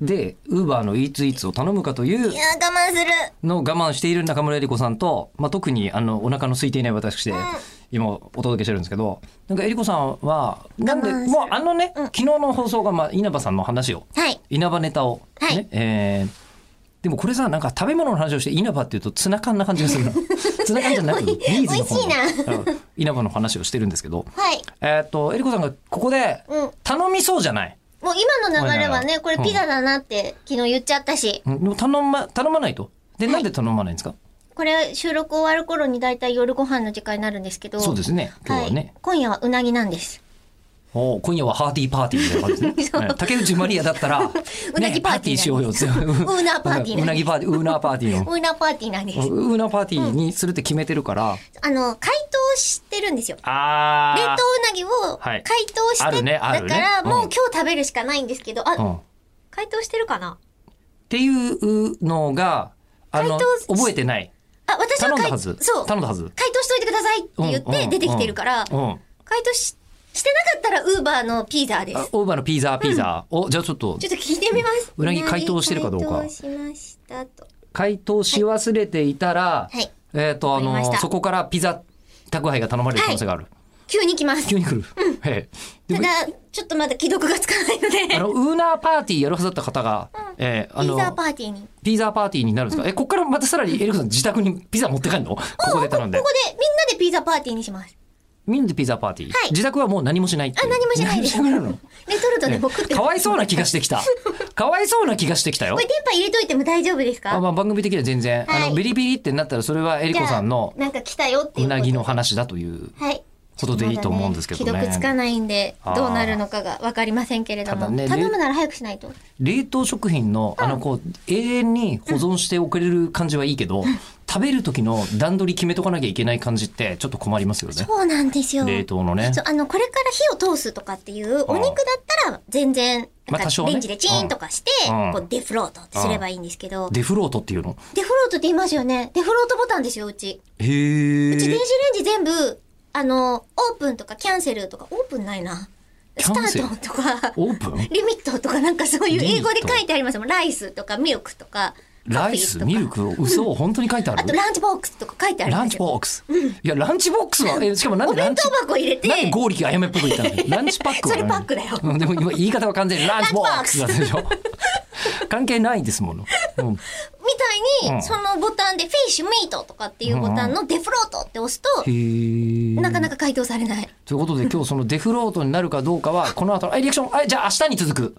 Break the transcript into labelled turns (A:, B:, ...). A: で、ウーバーのイーツイーツを頼むかという
B: いやー我慢する
A: のを我慢している中村江里子さんと、まあ、特にあのお腹の空いていない私で今お届けしてるんですけどなんか江里子さんはなんで
B: 我慢する
A: もうあのね、昨日の放送が、まあ、稲葉さんの話を
B: はい
A: 稲葉ネタを、ね
B: はい
A: えーでもこれさなんか食べ物の話をして稲葉っていうとツナ缶な感じがする のツナ缶じゃなくニーズの方の
B: 美味しい
A: うん稲葉の話をしてるんですけど
B: はい
A: えーっと江里子さんがここで
B: うん
A: 頼みそうじゃない、
B: もう今の流れ
A: これな
B: は
A: ら
B: ねこれピザだなって昨日言っちゃったし
A: うんでも頼ま頼まないとでなんで頼まないんですか、
B: これ収録終わる頃にだいたい夜ご飯の時間になるんですけど
A: そうですね今日はね、
B: い、今夜はうなぎなんです
A: おー今夜はハーティーパーティーみたいな感じで すねね。竹内まりやだったら、
B: うなぎパーティーだね
A: しよう よって。う
B: ーナーパーティーだね
A: うなぎパーティー、ウーナーパーティーの。
B: うなパーティーなんです
A: ウーナーパーティーにするって決めてるから。
B: あの解凍してるんですよ
A: あ
B: 冷凍
A: ー。
B: うなぎを
A: はい
B: 解凍して、
A: あるねある
B: だ
A: ね
B: からも
A: う
B: う今
A: ん
B: 日食べるしかないんですけど、あ、
A: うん。っ
B: 解凍してるかな
A: ていうのが、あの
B: 解、凍
A: 覚えてない。
B: あ、私は
A: 頼んだ
B: 解
A: はず。
B: そう。
A: 頼んだはず。
B: 解凍しといてくださいって言
A: うんうんう
B: って
A: ん
B: 出てきてるから、
A: うん。
B: 解凍ししてなかったらウーバーのピザで
A: あ
B: す。
A: オーバーのピザ、ピザ。お、じゃあちょっと
B: ちょ、っと聞いてみます。
A: うなぎ解凍してるかどうか
B: 解凍しましたと。
A: 回答し忘れていたら
B: はい、
A: えっと、あ
B: わかりまし
A: の、
B: た
A: そこからピザ宅配が頼まれる可能性がある。
B: 急に来ます。
A: 急に来る。ええ。で
B: ただ、ちょっとまだ既読がつかない の
A: あ
B: で、
A: の、ウーナーパーティーやるはずだった方が、えーあ
B: ピザ
A: の
B: パ、ーティーに。
A: ピザパーティーになるんですか、え、こっからまたさらにエリコさん自宅にピザ持って帰るのここで頼んで
B: こ。こでみんなでピザパーティーにします。
A: みんなでピザパーティー。
B: はい
A: 自宅はもう何もしないっていう。
B: あ何もしないです
A: 何もし なくなるの
B: レトルトでも食って
A: えかわいそうな気がしてき た。かわいそうな気がしてきたよ
B: これ。電波入れといても大丈夫です
A: あ
B: か
A: まあ、番組的には全然、
B: はい
A: あの、ビリビリってなったらそれはエリコさんの
B: じゃあなんか来たよっていううことで。
A: なぎの話だという
B: はい。
A: ことでいいと思うんですけどね。
B: まだ既読つかないんで
A: あー、
B: どうなるのかがわかりませんけれど
A: ただ
B: も。
A: ね
B: 頼むなら早くしないと。
A: 冷凍食品の、あの、こう、永遠に保存しておける感じはいいけど、食べる時の段取り決めとかなきゃいけない感じってちょっと困りますよね。
B: そうなんですよ。
A: 冷凍のね
B: そ。うあの、これから火を通すとかっていう、お肉だったら全然、
A: まあ
B: なん
A: 多少
B: か
A: ね
B: レンジでチーンとかして
A: うんうん、
B: こうデフロートってすればいいんですけど、
A: デフロートっていうの。
B: デフロートって言いますよね。デフロートボタンですよ、うち。
A: へえ。
B: うち電子レンジ全部、あの、オープンとかキャンセルとか、オープンないな。
A: キ
B: ス
A: ャンセ
B: タ
A: ル
B: ートとか、
A: オープン
B: リミットとかなんかそういう
A: リミット
B: 英語で書いてありますもん。ライスとかミルクとか、カ
A: ラ
B: フ
A: イ
B: ェと
A: ス、
B: か
A: ミルク、嘘、本当に書いてあ
B: あと
A: る
B: ランチボックスとか書いてある
A: ラ
B: ん
A: ン
B: です
A: チ
B: よ。
A: ボックス。いや、ランチボックスは、え、しかもなん
B: お
A: でラン
B: 弁
A: チ
B: 当、箱入れて、
A: なんで剛力あやめっぽく言ったのランチパックは
B: それパックだよ
A: うんでも今言い方は完全にランチボックスだ
B: ラ
A: ったでしょ。 関係ないですもの。うん
B: みた
A: う
B: い
A: ん
B: に、そのボタンで、フィッシュミートとかっていうボタンのデフロートって押すと、
A: へえ。
B: なかなか回答されない。
A: ということで今日そのデフロートになるかどうかはこの後のあリアクションあじゃあ明日に続く